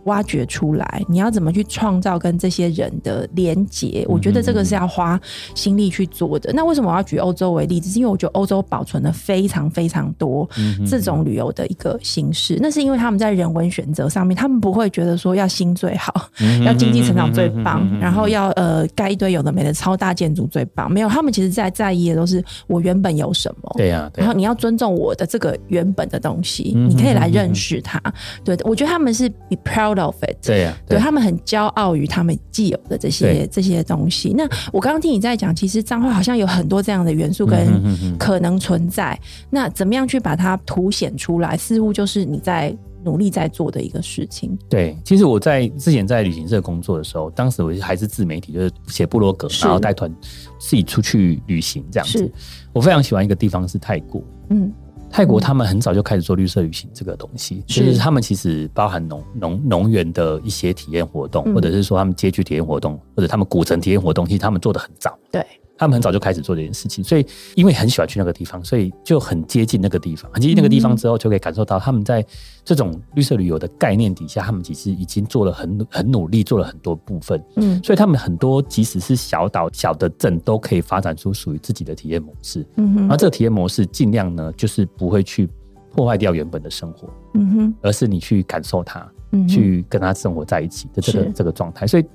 挖掘出来，你要怎么去创造跟这些人的连结，我觉得这个是要花心力去做
嗯
的。那为什么我要举欧洲为例子？是因为我觉得欧洲保存了非常非常多
嗯哼
这种旅游的一个形式，那是因为他们在人文选择上面，他们不会觉得说要新最好，
嗯
要经济成长最棒
嗯嗯嗯嗯，嗯
然后要呃盖一堆有的没的超大建筑最棒。没有，他们其实在在意的都是我原本有什么。
对呀，对
然后
呀，
你要尊重我的这个原本的东西，
嗯
你可以
嗯
来
嗯嗯
认识它。对，我觉得他们是 be proud of it，
对呀，
对他们很骄傲于他们既有的这些
对
这些东西。那我刚刚听你在讲，其实彰化好像有很多这样的元素
嗯
跟
嗯嗯嗯
可能存在。那怎么样去把它凸显出来，似乎就是你在努力在做的一个事情。
对，其实我在之前在旅行社工作的时候，当时我还是自媒体，就是写部落格，
是
然后带团自己出去旅行这样子
是。
我非常喜欢一个地方是泰国，
嗯，
泰国他们很早就开始做绿色旅行这个东西，
是
就是他们其实包含农农农园的一些体验活动，
嗯
或者是说他们街区体验活动，或者他们古城体验活动，其实他们做的很早。
对。
他们很早就开始做这件事情，所以因为很喜欢去那个地方，所以就很接近那个地方。很接近那个地方之后，就可以感受到他们在这种绿色旅游的概念底下，他们其实已经做了很很努力，做了很多部分。
嗯
所以他们很多即使是小岛、小的镇，都可以发展出属于自己的体验模式。
嗯
然后
哼，
这个体验模式尽量呢，就是不会去破坏掉原本的生活，
嗯哼，
而是你去感受它，
嗯哼
去跟它生活在一起的这个
是
这个状态。所以，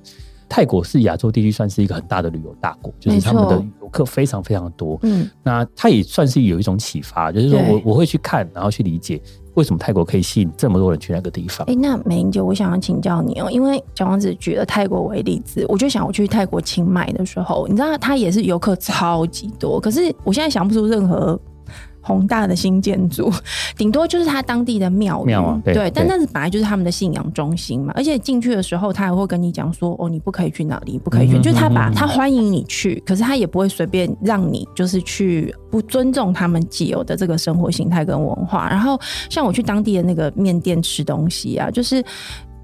泰国是亚洲地区算是一个很大的旅游大国，就是他们
没
的
错
游客非常非常多。
嗯
那它也算是有一种启发，就是说
对
我我会去看，然后去理解为什么泰国可以吸引这么多人去那个地方
哎、。那美玲姐，我想要请教你哦，因为小王子举了泰国为例子，我就想我去泰国清迈的时候，你知道他也是游客超级多，可是我现在想不出任何宏大的新建筑，顶多就是他当地的庙宇
庙啊对对
但那是本来就是他们的信仰中心嘛。而且进去的时候，他还会跟你讲说，哦，你不可以去哪里，不可以去，
嗯
就是他把
嗯嗯
他欢迎你去，可是他也不会随便让你就是去不尊重他们既有的这个生活形态跟文化。然后像我去当地的那个面店吃东西啊，就是。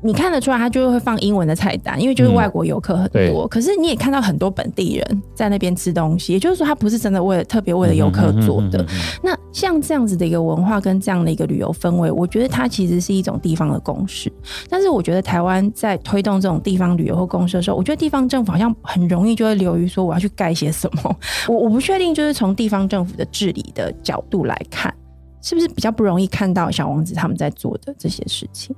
你看得出来，他就会放英文的菜单，因为就是
嗯
外国游客很
对
多。可是你也看到很多本地人在那边吃东西，也就是说，他不是真的为了特别为了游客做
嗯嗯
的。
嗯嗯嗯
那像这样子的一个文化跟这样的一个旅游氛围，我觉得它其实是一种地方的共识。但是我觉得台湾在推动这种地方旅游或共识的时候，我觉得地方政府好像很容易就会流于说我要去盖些什么。我我不确定，就是从地方政府的治理的角度来看，是不是比较不容易看到小王子他们在做的这些事情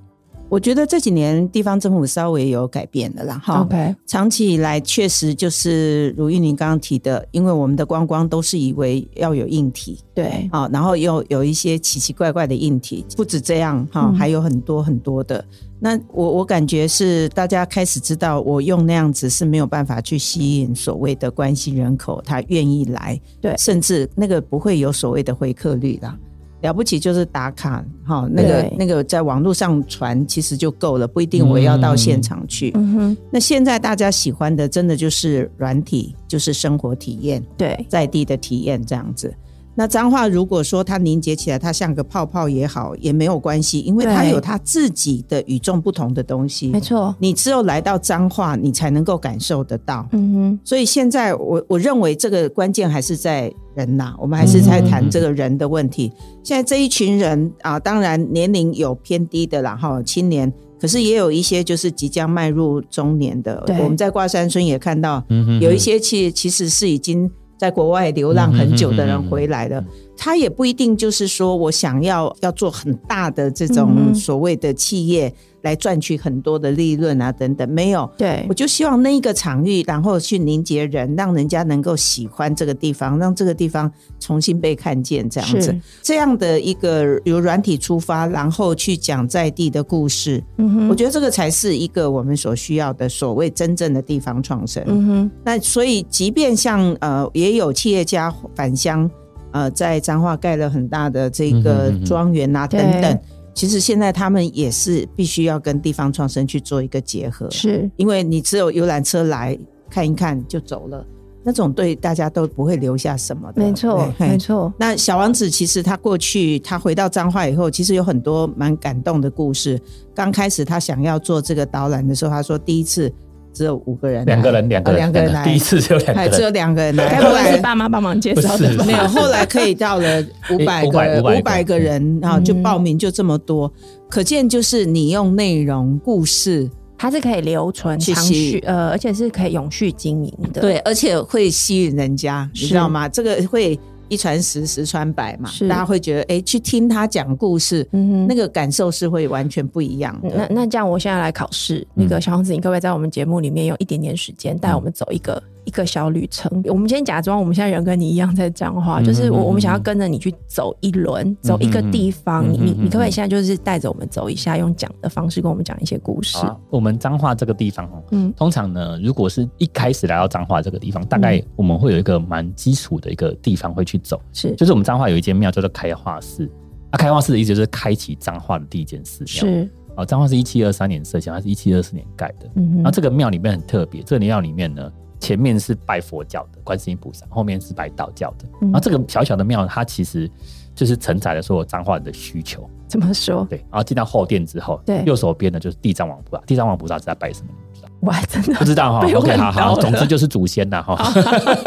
我觉得这几年地方政府稍微有改变了啦，哈。
？OK，
长期以来，确实就是如玉您刚刚提的，因为我们的观光都是以为要有硬体
对，
啊、然后又有一些奇奇怪怪的硬体，不止这样哈、
嗯
还有很多很多的。那我我感觉是大家开始知道，我用那样子是没有办法去吸引所谓的关系人口，他愿意来，
对
甚至那个不会有所谓的回客率啦。了不起就是打卡，哈、那个
对
那个在网络上传其实就够了，不一定我要到现场去。
嗯哼，
那现在大家喜欢的，真的就是软体，就是生活体验、
对，
在地的体验这样子。那脏话如果说它凝结起来，它像个泡泡也好，也没有关系，因为它
对
有它自己的与众不同的东西
没。错，
你只有来到脏话，你才能够感受得到。
嗯哼，
所以现在我我认为这个关键还是在人
嗯
呐、我们还是在谈这个人的问题。现在这一群人啊，当然年龄有偏低的啦，哈，青年，可是也有一些就是即将迈入中年的
对。
我们在挂山村也看到
嗯嗯嗯
有一些其其实是已经在国外流浪很久的人回来
嗯
了，他也不一定就是说我想要要做很大的这
嗯
种
哼
所谓的企业来赚取很多的利润啊等等，没有。
对
我，就希望那一个场域，然后去凝结人，让人家能够喜欢这个地方，让这个地方重新被看见，这样子
是，
这样的一个由软体出发，然后去讲在地的故事，
嗯哼，
我觉得这个才是一个我们所需要的所谓真正的地方创生。
嗯哼，
那所以，即便像呃，也有企业家返乡，呃，在彰化盖了很大的这个
嗯哼嗯哼
庄园啊、
对
等等，其实现在他们也是必须要跟地方创生去做一个结合，
是，
因为你只有游览车来看一看就走了，那种对大家都不会留下什么的。
没错，
对
没。
嘿
错，
那小王子其实他过去他回到彰化以后，其实有很多蛮感动的故事。刚开始他想要做这个导览的时候，他说第一次只有五个人来，
两个人，两个
哦
人，哎
两个人来，
第一次只有两
还
个
只有
人，
两个人来，
啊该
后
不会是
来
爸妈帮忙介绍
不
的
是
吧？
没有，后来可以到了五百
500
个
500
五百个人啊，
嗯
就报名就这么多，可见就是你用内容故事
它是可以留存、
去
长
吸
续，呃，而且是可以永续经营的。，
而且会吸引人家，你
是
知道吗？这个会一传十，十传百嘛
是，
大家会觉得哎，诶去听他讲故事，
嗯哼，
那
那
个感受是会完全不一样
那
的。
那这样，我现在来考试。那
嗯
个小王子，你可不可以在我们节目里面用一点点时间带我们走一个、一个小旅程？我们先假装我们现在人跟你一样在讲话，
嗯
就是我
嗯
我们想要
嗯
跟着你去走一轮，走一个地方。
嗯
你你
嗯嗯
你可不可以现在就是带着我们走一下，用讲的方式跟我们讲一些故事
好？啊我们彰化这个地方哦，
嗯
通常呢，如果是一开始来到彰化这个地方，大
嗯
概我们会有一个蛮基础的一个地方会去走，
是
就是我们彰化有一间庙叫做开化寺。那、开化寺的意思就是开启彰化的第一间寺庙。
是，
哦，彰化是一七二三年设想，它是一七二四年盖的。
嗯
然后
哼，
啊这个庙里面很特别，这个庙里面呢，前面是拜佛教的观世音菩萨，后面是拜道教的。
嗯
然后这个小小的庙，它其实就是承载了所有彰化人的需求。
怎么说？
对，然后进到后殿之后，
对
右手边的就是地藏王菩萨，地藏王菩萨是在拜什么？啊
我还真的
不知道哈
被问
，OK，好
到
好，
了
总之就是祖先呐 哈。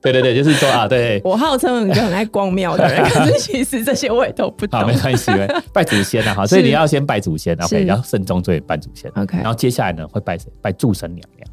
对对对，就是说啊，对，
我号称一个很爱逛 庙的人，可是其实这些我也都不懂
好，。没关系，没 关系拜祖先呐哈，所以
是
你要先拜祖先啊
是
，OK，然后慎终追远拜祖先，啊
OK，
然后接下来呢会拜谁？拜祝生娘娘，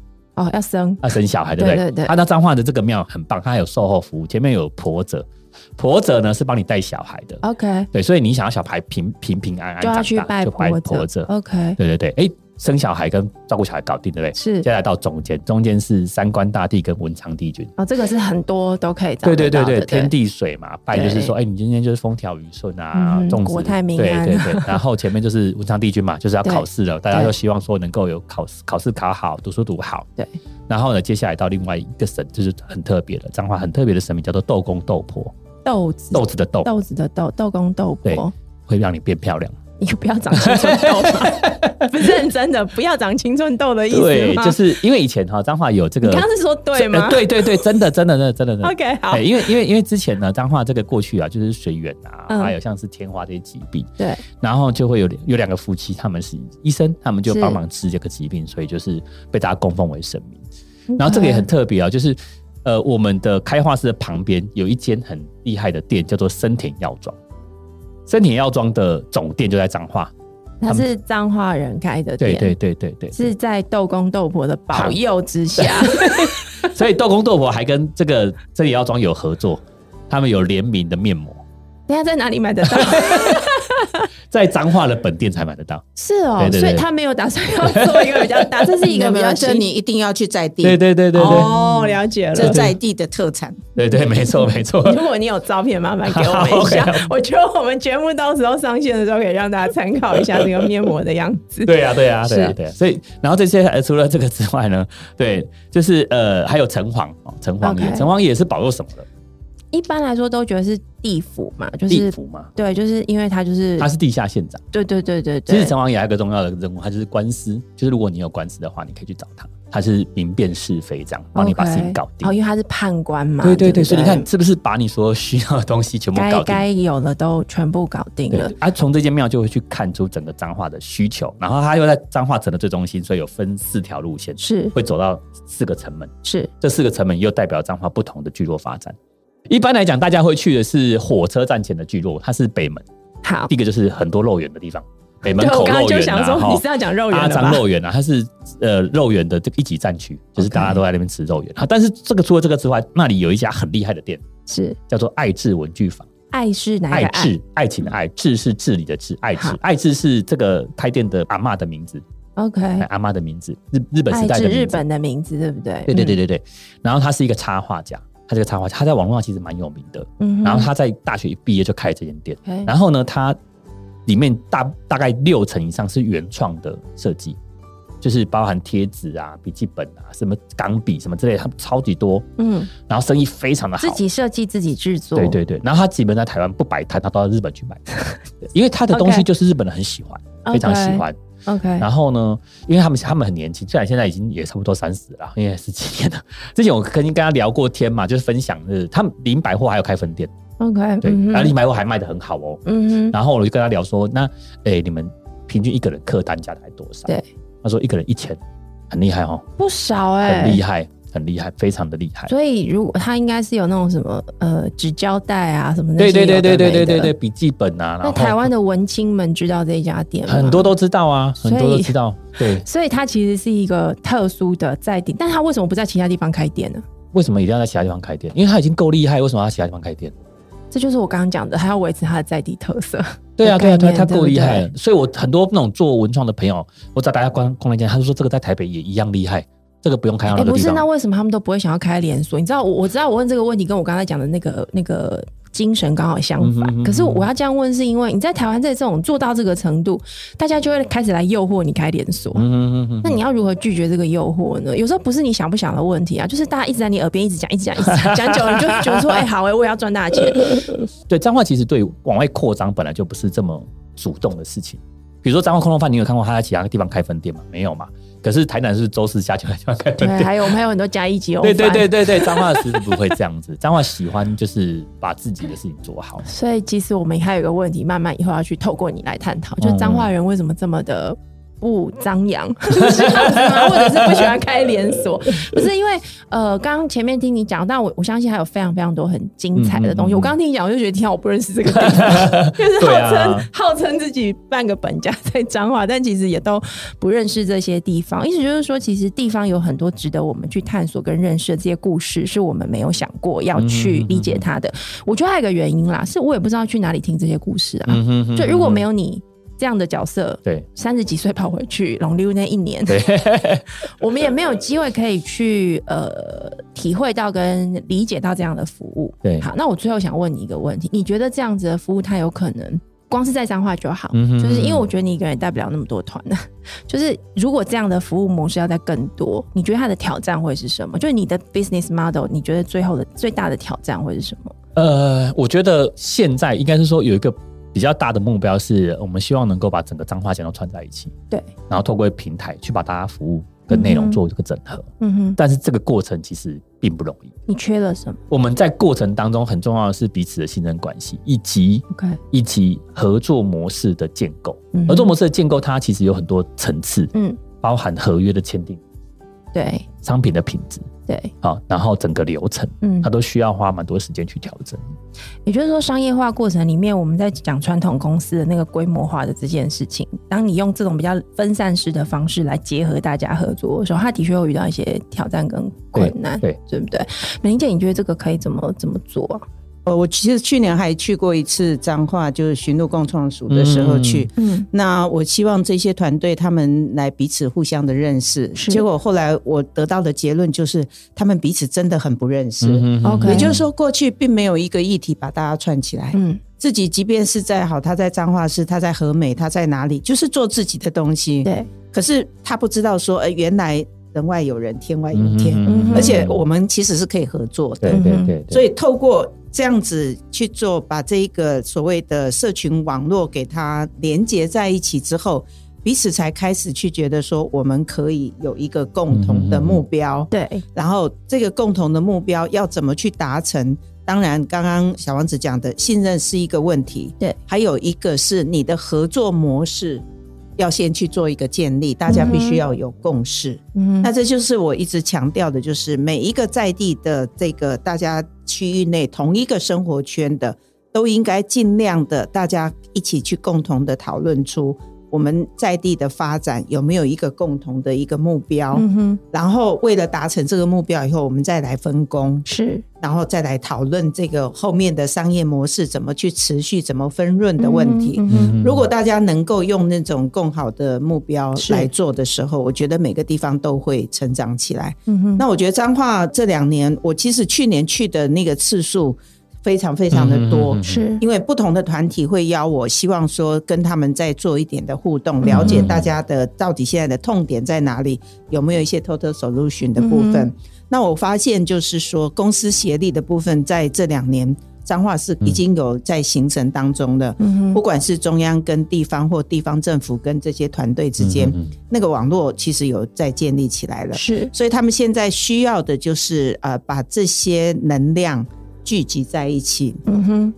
哦，要生，
要生小孩，对不对？
对对对
啊，那彰化的这个庙很棒，它还有售后服务，前面有婆者，婆者呢是帮你带小孩的，
OK，
对，所以你想要小孩平平平安安
哦就
长
要
大，
去拜
就拜
婆
婆
子
者。
OK，
对对对，哎，生小孩跟照顾小孩搞定，对不对？
是
接下来到中间，中间是三官大帝跟文昌帝君。
哦，这个是很多都可以找
对对
得到
对
的
对，天地水嘛，拜就是说，哎、你今天就是风调雨顺啊
嗯，
粽子
国泰民安
对对对，然后前面就是文昌帝君嘛，就是要
对
考试了，大家
对
都希望说能够有考试，考试考好，读书读好。
对，
然后呢，接下来到另外一个神，就是很特别的，彰化很特别的神明叫做斗公斗婆。
豆子
豆子的豆
豆子的豆豆工豆
对
粕，
会让你变漂亮。
你不要长青春痘 嘛，不是认真的，不要长青春痘的意思
对，
吗？
就是因为以前哈彰化有这个，
你刚刚是说对
呃
吗？
对对对，真的真的真的真的真的。
，OK，好
哎，，因为因为因为之前呢，彰化这个过去啊，就是水源啊，
嗯
还有像是天花这些疾病，
对，
然后就会有有两个夫妻，他们是医生，他们就是帮忙治这个疾病，所以就是被大家供奉为神明。然后这个也很特别啊，就是呃，我们的开化室的旁边有一间很厉害的店，叫做森田药妆。森田药妆的总店就在彰化，
他是彰化人开的
对
店，
对对对对，
是在豆公豆婆的保佑 之下，
所以豆公豆婆还跟这个森田药妆有合作，他们有联名的面膜，
人家在哪里买得到？
在彰化的本店才买得到。
是哦，
对对对
所以他没有打算要做一个比较大，这是 一个比较
这
新
你一定要去在地，
对对对对对、
哦，了解了。
这在地的特产。
对对，没错没错。
如果你有照片，麻烦给我们一 下。我觉得我们节目到时候上线的时候，可以让大家参考一下这个面膜的样子。
对啊，对啊，对啊
是，
对啊。所以，然后这些呃，除了这个之外呢， 对，就是呃，还有城隍哦，城隍爷，
OK
城隍爷是保佑什么的？
一般来说都觉得是地府嘛，就
地
是
府嘛，
对，就是因为它就是
他是地下县长。
对对对对
其
对
实城隍爷还有一个重要的任务，他就是官司，就是如果你有官司的话，你可以去找他，他是明辨是非这样，帮你把事情搞定
OK 哦，。因为他是判官嘛。
对
对
对
不
对，所以你看，是不是把你所有需要的东西全部
该
搞定？
该有的都全部搞定
对
了。，
啊，从这间庙就会去看出整个彰化的需求，然后他又在彰化城的最中心，所以有分四条路线，
是
会走到四个城门。
是，
这四个城门又代表彰化不同的聚落发展。一般来讲，大家会去的是火车站前的聚落，它是北门，
好。
第一个就是很多肉圆的地方，北门
哦对，我
口
刚刚
肉
就
圆
想
啊，
说，
哈
你是要讲肉
阿
圆的吧
张？肉圆啊，它是呃肉圆的这个一级战区，就是
OK
大家都在那边吃肉圆。好，但是这个除了这个之外，那里有一家很厉害的店，
是
叫做爱智文具坊。
爱是哪一
爱
个爱？
智，爱情的爱，智是治理的治，爱智
好，
爱智是这个开店的阿嬷的名字，
OK，
哎阿妈的名字，日日本时
嗯爱
代
是
的名字
日本的名字，对不对？
对对对对对。然后他是一个插画家，他是个插画家，他在网络上其实蛮有名的。
嗯，嗯哼
然后他在大学一毕业就开这间店，
OK
然后呢，他里面大大概六成以上是原创的设计，就是包含贴纸啊、笔记本啊、什么钢笔什么之类的，他超级多。
嗯，
然后生意非常的好
自。己设计自己制作，
对对对，然后他基本在台湾不摆摊，他到日本去摆，对 因为他的东西
OK
就是日本人很喜欢非常喜欢。
，OK，
然后呢，因为他们他们很年轻，虽然现在已经也差不多三十了，因为十几年了。之前我曾经跟他聊过天嘛，就是分享是他们林百货还有开分店，
OK，
对，
嗯哼
然后林百货还卖的很好哦。
嗯哼，
然后我就跟他聊说，那诶、你们平均一个人客单价大概多少？
对，
他说一个人一千，很厉害哦，
不少哎，
很厉害，很厉害，非常的厉害。
所以如果他应该是有那种什么呃纸胶带啊什么那
对
些
对
有的
对对对对
没
对
的
对，。笔记本啊，然
那
后
台湾的文青们知道这一家店吗
很多，都知道啊，
所以
很多都知道。对，
所以它其实是一个特殊的在地，但它为什么不在其他地方开店呢？
为什么一定要在其他地方开店？因为他已经够厉害，为什么要在其他地方开店？
这就是我刚刚讲的，它要维持它的在地特色。
对啊，
的
对啊，
概
对啊，
念
他
对
够
不
厉害
对
了。所以我很多那种做文创的朋友，我找大家逛逛了一间，他就说这个在台北也一样厉害，这个不用开到
哎、
那个
不
地
是，那
方。
为什么他们都不会想要开连锁？你知道，我我知道我问这个问题跟我刚才讲的那个那个精神刚好相反。
嗯哼嗯哼
可是我要这样问，是因为你在台湾在这种做到这个程度，大家就会开始来诱惑你开连锁。
嗯嗯嗯
那你要如何拒绝这个诱惑呢？有时候不是你想不想的问题啊，就是大家一直在你耳边一直讲，一直讲，一直讲，讲久了你就觉得说，哎、好哎、我也要赚大钱。
对，彰化其实对往外扩张本来就不是这么主动的事情。比如说彰化空洞饭，你有看过他在其他地方开分店吗？没有嘛。可是台南是周四下就在地方开分
对，
店。
哎还有我们还有很多加一级哦，
对对对。对对，彰化的师傅不会这样子，彰化喜欢就是把自己的事情做好。
所以其实我们还有一个问题，慢慢以后要去透过你来探讨，
嗯
就是彰化人为什么这么的。不 张扬，是这样子吗？ 或者是不喜欢开连锁？不是因为呃，刚刚前面听你讲，但我我相信还有非常非常多很精彩的东
嗯嗯
西。
嗯
我刚刚听你讲，我就觉得天、啊，我不认识这 个地方，就
对
是号称、
啊
号称自己半个本家在彰化，但其实也都不认识这些地方。意思就是说，其实地方有很多值得我们去探索跟认识的这些故事，是我们没有想过要
嗯
去理解它的。我觉得还有一个原因啦，是我也不知道去哪里听这些故事 啊。
嗯哼哼
就如果没
有
有你这样的角色，
对
三十几岁跑回去龙溜那一年，
对
我们也没有机会可以去呃体会到跟理解到这样的服务。
对
好，那我最后想问你一个问题，你觉得这样子的服务它有可能光是在彰化就好？
嗯哼
就是因为我觉得你一个人带不了那么多团的， 就是如果这样的服务模式要在更多，你觉得它的挑战会是什么？就是你的 business model，你觉得最后的最大的挑战会是什么？
呃，我觉得现在应该是说有一个比较大的目标是，我们希望能够把整个彰化县都串在一起，
对，
然后透过平台去把大家服务跟内容做一个整合。
嗯哼，
但是这个过程其实并不容易。
你缺了什么
我们在过程当中很重要的是彼此的信任关系，以及
？OK，
以及合作模式的建构。
嗯哼
合作模式的建构，它其实有很多层次，
嗯，
包含合约的签订、
对
商品的品质，
对，
好，然后整个流程，
嗯
它，都需要花蛮多时间去调整。
也就是说，商业化过程里面，我们在讲传统公司的那个规模化的这件事情，当你用这种比较分散式的方式来结合大家合作的时候，它的确会遇到一些挑战跟困难，
对对
不对？美玲姐，你觉得这个可以怎么怎么做啊？
呃，我其实去年还去过一次彰化，就是寻路共创署的时候去。
嗯，
那我希望这些团队他们来彼此互相的认识。
是
结果后来我得到的结论就是，他们彼此真的很不认识。
嗯哼
OK
也就是说，过去并没有一个议题把大家串起来。
嗯，
自己即便是在好，他在彰化市，他在和美，他在哪里，就是做自己的东西。
对，
可是他不知道说，呃，原来人外有人，天外有天。
嗯哼
而且我们其实是可以合作的
对。对
嗯
对对，
所以透过这样子去做，把这一个所谓的社群网络给它连接在一起之后，彼此才开始去觉得说，我们可以有一个共同
嗯
的目标。
对，
然后这个共同的目标要怎么去达成？当然，刚刚小王子讲的信任是一个问题，
对，
还有一个是你的合作模式要先去做一个建立，大家必须要有共识。
嗯
那这就是我一直强调的，就是每一个在地的这个大家区域内同一个生活圈的，都应该尽量的大家一起去共同的讨论出我们在地的发展有没有一个共同的一个目标，
嗯哼，
然后为了达成这个目标以后，我们再来分工，
是
然后再来讨论这个后面的商业模式怎么去持续、怎么分润的问题。
嗯哼
嗯
如果大家能够用那种更好的目标
是
来做的时候，我觉得每个地方都会成长起来。
嗯哼，
那我觉得彰化这两年，我其实去年去的那个次数非常非常的多，
嗯嗯嗯嗯
是
因为不同的团体会邀我，希望说跟他们再做一点的互
嗯
动，了解大家的到底现在的痛点在哪里，有没有一些 total solution 的部分。
嗯
那我发现就是说，公司协力的部分在这两年。彰化是已经有在形成当中了，
嗯
不
哼，
管是中央跟地方或地方政府跟这些团队之间，
嗯嗯
那个网络其实有在建立起来了。
是
所以他们现在需要的就是呃，把这些能量聚集在一起，
嗯哼，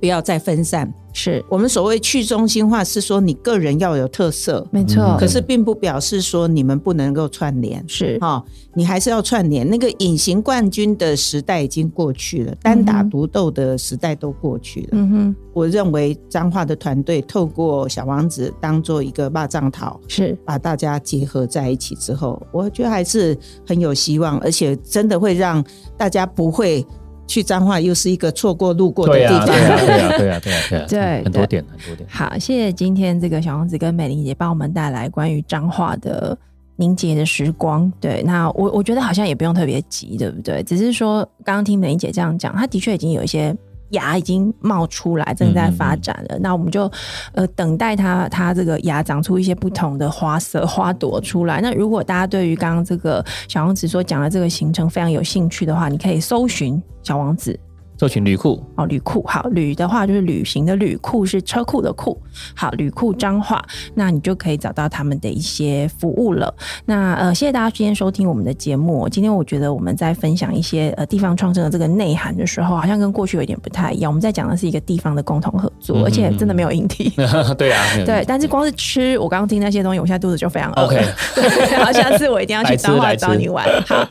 不要再分散。
是
我们所谓去中心化，是说你个人要有特色，
没错，
嗯
可是并不表示说你们不能够串联。
是
哈、你还是要串联。那个隐形冠军的时代已经过去了，单打
嗯哼
独斗的时代都过去了。
嗯哼，
我认为彰化的团队透过小王子当做一个霸藏桃，
是
把大家结合在一起之后，我觉得还是很有希望，而且真的会让大家不会去彰化，又是一个错过路过的
对
地
呀，
方。
对啊呀，对呀， 对呀，对呀，对呀，
对
很多
对
点，很多点。
好，谢谢今天这个小王子跟美玲姐帮我们带来关于彰化的凝结的时光。对，那我我觉得好像也不用特别急，对不对？只是说刚刚听美玲姐这样讲，她的确已经有一些。芽已经冒出来，正在发展了。那我们就呃等待它，它这个芽长出一些不同的花色、花朵出来。那如果大家对于刚刚这个小王子所讲的这个行程非常有兴趣的话，你可以搜寻小王子
做群旅库，
哦，旅库好，旅的话就是旅行的旅，库是车库的库，好，旅库彰化，那你就可以找到他们的一些服务了。那呃，谢谢大家今天收听我们的节目哦。今天我觉得我们在分享一些呃地方创生的这个内涵的时候，好像跟过去有一点不太一样。我们在讲的是一个地方的共同合作，
嗯
而且真的没有硬题。
对啊，没有
对，但是光是吃，我刚刚听那些东西，我现在肚子就非常饿。
OK
对， 然后下次我一定要去
来吃
彰化
来吃
找你玩。 好，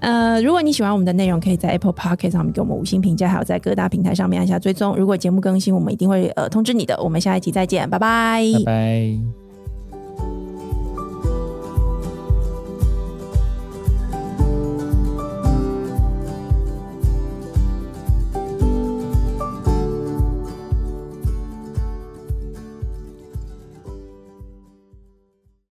呃，如果你喜欢我们的内容，可以在 Apple Podcast 上面给我们五星评价，还有在各大平台上面按下追踪。如果节目更新，我们一定会呃通知你的。我们下一集再见，拜拜
拜拜。